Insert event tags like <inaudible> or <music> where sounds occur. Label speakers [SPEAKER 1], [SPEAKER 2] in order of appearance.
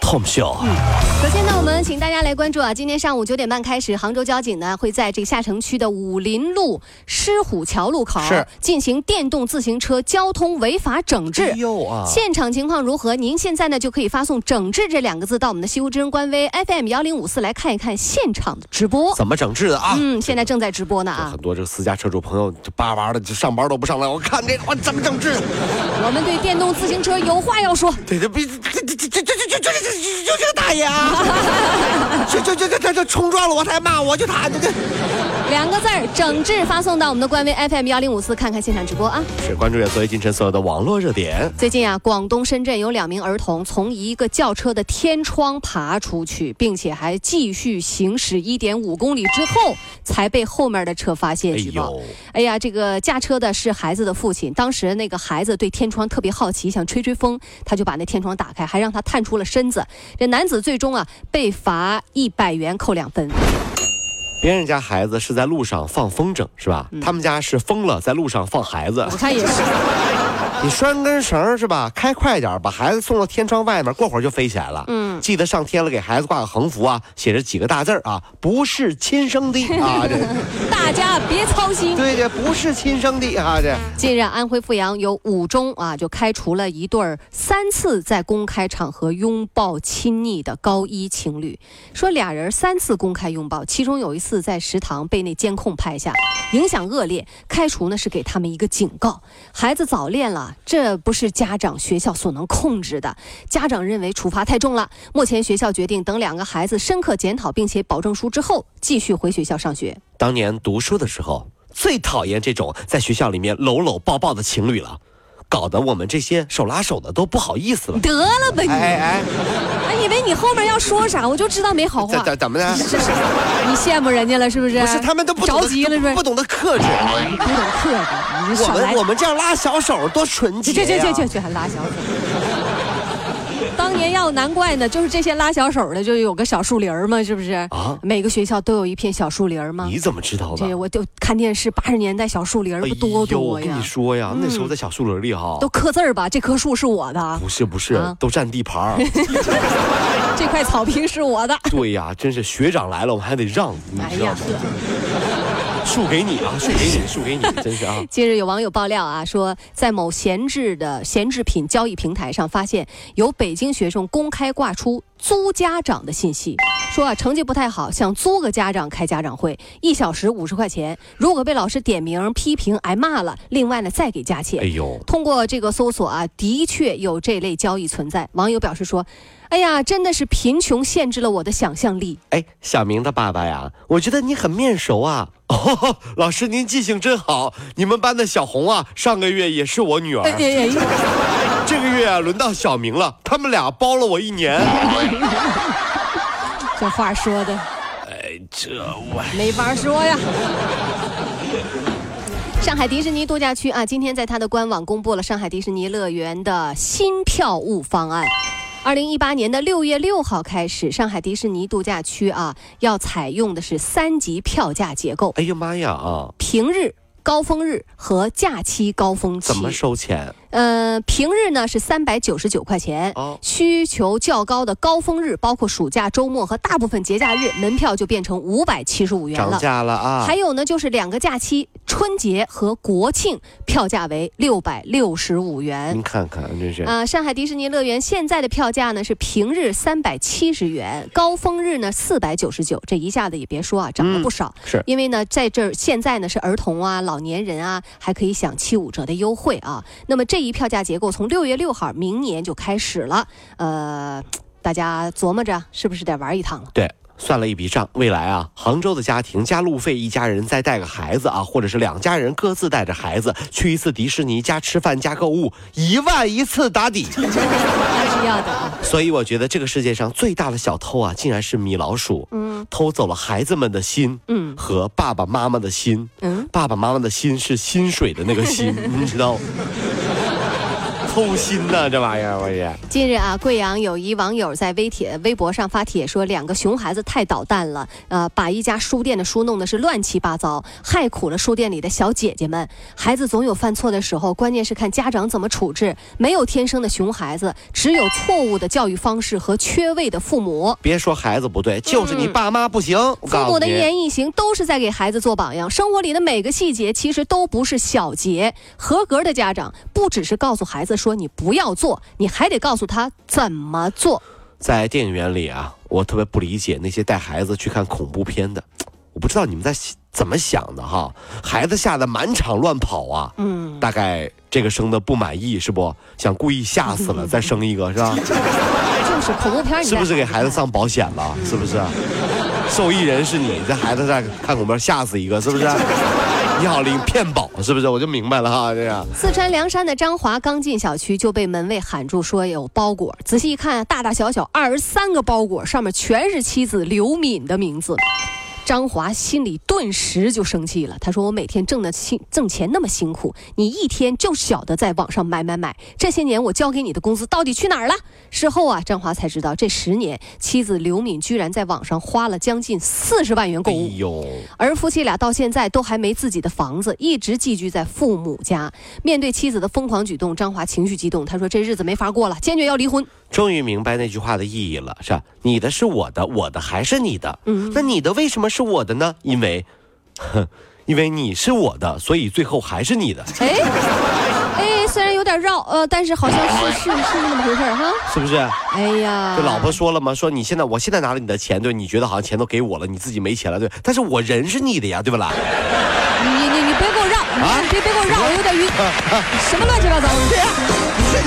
[SPEAKER 1] Tom 秀》。
[SPEAKER 2] 首先呢，我们请大家来关注啊，今天上午九点半开始，杭州交警呢会在这个下城区的武林路狮虎桥路口
[SPEAKER 1] 是
[SPEAKER 2] 进行电动自行车交通违法整治。
[SPEAKER 1] 呦啊
[SPEAKER 2] 现场情况如何？您现在呢就可以发送“整治”这两个字到我们的西湖之声官微 FM 幺零五四来看一看现场的直播。
[SPEAKER 1] 怎么整治的啊？
[SPEAKER 2] 嗯，现在正在直播呢
[SPEAKER 1] 这
[SPEAKER 2] 啊
[SPEAKER 1] 很！多这个私家车主朋友就巴巴的，就上班都不上来，我看这个我怎么整治？
[SPEAKER 2] 我们对电动自行车有话要说。
[SPEAKER 1] 对对，别这这这这这这这这这这这大爷啊！就就就就他就冲撞了我，他还骂我，就他这这。
[SPEAKER 2] 两个字儿“整治”发送到我们的官微 FM 幺零五四看看现场直播啊！
[SPEAKER 1] 是关注远所有进城所有的网络热点。
[SPEAKER 2] 最近啊，广东深圳有两名儿童从一个轿车的天窗爬出去，并且还继续行驶一点五公里之后，才被后面的车发现
[SPEAKER 1] 哎
[SPEAKER 2] 举报。
[SPEAKER 1] 呦，
[SPEAKER 2] 哎呀，这个驾车的是孩子的父亲，当时那个孩子对天窗特别好奇，想吹吹风，他就把那天窗打开，还让他探出了身子。这男子最终啊被罚一百元，扣两分。
[SPEAKER 1] 别人家孩子是在路上放风筝是吧？他们家是疯了，在路上放孩子。
[SPEAKER 2] 我看也是，
[SPEAKER 1] 你拴根绳儿是吧？开快点儿，把孩子送到天窗外面，过会儿就飞起来了。嗯，记得上天了，给孩子挂个横幅啊，写着几个大字儿啊，不是亲生
[SPEAKER 2] <laughs>
[SPEAKER 1] 的啊，这
[SPEAKER 2] 大家别操心。
[SPEAKER 1] 对这不是亲生的啊，这
[SPEAKER 2] 近日，安徽阜阳有五中啊，就开除了一对儿三次在公开场合拥抱亲昵的高一情侣，说俩人三次公开拥抱，其中有一次在食堂被那监控拍下，影响恶劣，开除呢是给他们一个警告。孩子早恋了，这不是家长、学校所能控制的。家长认为处罚太重了，目前学校决定等两个孩子深刻检讨并且保证书之后，继续回学校上学。
[SPEAKER 1] 当年读书的时候，最讨厌这种在学校里面搂搂抱抱的情侣了，搞得我们这些手拉手的都不好意思
[SPEAKER 2] <laughs>
[SPEAKER 1] 了。
[SPEAKER 2] 得了吧你！
[SPEAKER 1] 哎哎哎，
[SPEAKER 2] 哎，以为你后面要说啥，我就知道没好
[SPEAKER 1] 怎
[SPEAKER 2] 话。
[SPEAKER 1] 怎怎么的？
[SPEAKER 2] 你羡慕人家了是不是？
[SPEAKER 1] 不是他们都不懂
[SPEAKER 2] 着
[SPEAKER 1] 得
[SPEAKER 2] 急了是不是？
[SPEAKER 1] 不懂得克
[SPEAKER 2] <laughs>
[SPEAKER 1] 制。
[SPEAKER 2] 不懂客气，啊你就
[SPEAKER 1] 我
[SPEAKER 2] 少来
[SPEAKER 1] 们我。们这样拉小手多纯洁啊
[SPEAKER 2] 去
[SPEAKER 1] 呀、
[SPEAKER 2] 去去去去去，还拉小手。当年要难怪呢，就是这些拉小手的，就有个小树林儿嘛，是不是？
[SPEAKER 1] 啊
[SPEAKER 2] 每个学校都有一片小树林儿嘛。
[SPEAKER 1] 你怎么知道的
[SPEAKER 2] 这？我就看电视，八十年代小树林儿不多
[SPEAKER 1] 哎呦
[SPEAKER 2] 多
[SPEAKER 1] 我跟
[SPEAKER 2] 呀嗯
[SPEAKER 1] 你，说呀，那时候在小树林里哈，
[SPEAKER 2] 都刻字儿吧？这棵树是我的，
[SPEAKER 1] 不是不是，
[SPEAKER 2] 啊
[SPEAKER 1] 都占地盘儿。
[SPEAKER 2] 这块草坪是我的。
[SPEAKER 1] 对呀，真是学长来了，我们还得让，你
[SPEAKER 2] 哎
[SPEAKER 1] 知道
[SPEAKER 2] 呀
[SPEAKER 1] 吗？，树给你啊，树给你，树给你，真是
[SPEAKER 2] <laughs>
[SPEAKER 1] 啊。
[SPEAKER 2] 近日有网友爆料啊，说在某闲置的闲置品交易平台上，发现有北京学生公开挂出租家长的信息，说啊成绩不太好，想租个家长开家长会，一小时五十块钱，如果被老师点名批评挨骂了，另外呢再给加钱。
[SPEAKER 1] 哎呦，
[SPEAKER 2] 通过这个搜索啊，的确有这类交易存在。网友表示说：“哎呀，真的是贫穷限制了我的想象力。
[SPEAKER 1] 哎，小明的爸爸呀，我觉得你很面熟啊。 <laughs> 哦，老师您记性真好，你们班的小红啊，上个月也是我女
[SPEAKER 2] 哎”
[SPEAKER 1] 儿，
[SPEAKER 2] <laughs> 哎哎
[SPEAKER 1] 这个月啊轮到小明了，他们俩包了我一年。
[SPEAKER 2] <laughs> 这话说的，
[SPEAKER 1] 哎，这我
[SPEAKER 2] 没法说呀。上海迪士尼度假区啊，今天在它的官网公布了上海迪士尼乐园的新票务方案。二零一八年的六月六号开始，上海迪士尼度假区啊，要采用的是三级票价结构：
[SPEAKER 1] 哎呀妈呀啊！
[SPEAKER 2] 平日、高峰日和假期高峰期。
[SPEAKER 1] 怎么收钱？
[SPEAKER 2] 呃，平日呢是三百九十九块钱，
[SPEAKER 1] 哦
[SPEAKER 2] 需求较高的高峰日，包括暑假、周末和大部分节假日，门票就变成五百七十五元
[SPEAKER 1] 涨
[SPEAKER 2] 了。
[SPEAKER 1] 价了啊！
[SPEAKER 2] 还有呢，就是两个假期，春节和国庆，票价为六百六十五元
[SPEAKER 1] 您。看看，真是。
[SPEAKER 2] 啊、上海迪士尼乐园现在的票价呢是平日三百七十元，高峰日呢四百九十九，这一下子也别说啊，涨了不少。
[SPEAKER 1] 是
[SPEAKER 2] 因为呢，在这儿现在呢是儿童啊、老年人啊，还可以享七五折的优惠啊。那么这一票价结构从六月六号明年就开始了，呃，大家琢磨着是不是得玩一趟了？
[SPEAKER 1] 对，算了一笔账，未来啊，杭州的家庭加路费，一家人再带个孩子啊，或者是两家人各自带着孩子去一次迪士尼，加吃饭加购物，一万一次打底。 <laughs>
[SPEAKER 2] 那是要的啊。
[SPEAKER 1] 所以我觉得这个世界上最大的小偷啊，竟然是米老鼠。嗯，
[SPEAKER 2] 嗯
[SPEAKER 1] 偷走了孩子们的心
[SPEAKER 2] 嗯
[SPEAKER 1] 和爸爸妈妈的心。
[SPEAKER 2] 嗯，
[SPEAKER 1] 爸爸妈妈的心是薪水的那个
[SPEAKER 2] <laughs>
[SPEAKER 1] 薪，你知道吗？偷心呐、这玩意儿我也。
[SPEAKER 2] 近日啊，贵阳有一网友在微帖、微博上发帖说，两个熊孩子太捣蛋了，呃，把一家书店的书弄得是乱七八糟，害苦了书店里的小姐姐们。孩子总有犯错的时候，关键是看家长怎么处置。没有天生的熊孩子，只有错误的教育方式和缺位的父母。
[SPEAKER 1] 别说孩子不对，就是你爸妈不行。我
[SPEAKER 2] 嗯父
[SPEAKER 1] 告
[SPEAKER 2] 母
[SPEAKER 1] 诉
[SPEAKER 2] 的
[SPEAKER 1] 你
[SPEAKER 2] 一，言一行都是在给孩子做榜样，生活里的每个细节其实都不是小节。合格的家长不只是告诉孩子说你不要做，你还得告诉他怎么做。
[SPEAKER 1] 在电影院里啊，我特别不理解那些带孩子去看恐怖片的，我不知道你们在怎么想的哈。孩子吓得满场乱跑啊，
[SPEAKER 2] 嗯，
[SPEAKER 1] 大概这个生的不满意是不？想故意吓死了再生一个是吧？
[SPEAKER 2] 就是恐怖片儿，你
[SPEAKER 1] 是不是
[SPEAKER 2] 在
[SPEAKER 1] 给孩子上保险了？是不是？啊受益人是你，这孩子在看恐怖片吓死一个，是不是？啊你好，领骗保是不是？我就明白了哈，这样
[SPEAKER 2] 四川凉山的张华刚进小区就被门卫喊住，说有包裹。仔细一看，大大小小二十三个包裹，上面全是妻子刘敏的名字。张华心里顿时就生气了，他说：“我每天挣的辛挣钱那么辛苦，你一天就晓得在网上买买买，这些年我交给你的工资到底去哪儿了？”事后啊，张华才知道，这十年妻子刘敏居然在网上花了将近四十万元购
[SPEAKER 1] 哎
[SPEAKER 2] 物。
[SPEAKER 1] 呦，
[SPEAKER 2] 而夫妻俩到现在都还没自己的房子，一直寄居在父母家。面对妻子的疯狂举动，张华情绪激动，他说：“这日子没法过了，坚决要离婚。
[SPEAKER 1] 终于明白那句话的意义了，是吧？你的是我的，我的还是你的。嗯，那你的为什么是我的呢？因为， <laughs> 哼，因为你是我的，所以最后还是你的，”
[SPEAKER 2] 哎，哎，虽然有点绕，呃，但是好像是是是那么回事儿哈。
[SPEAKER 1] 是不是？
[SPEAKER 2] 哎呀，
[SPEAKER 1] 这老婆说了吗？说你现在，我现在拿了你的钱，对，你觉得好像钱都给我了，你自己没钱了，对，但是我人是你的呀，对不啦？
[SPEAKER 2] 你，你你你别给我绕，
[SPEAKER 1] 啊
[SPEAKER 2] 你别别给我绕，我有
[SPEAKER 1] <laughs>
[SPEAKER 2] 点晕，什么乱七八糟的。啊
[SPEAKER 1] 你是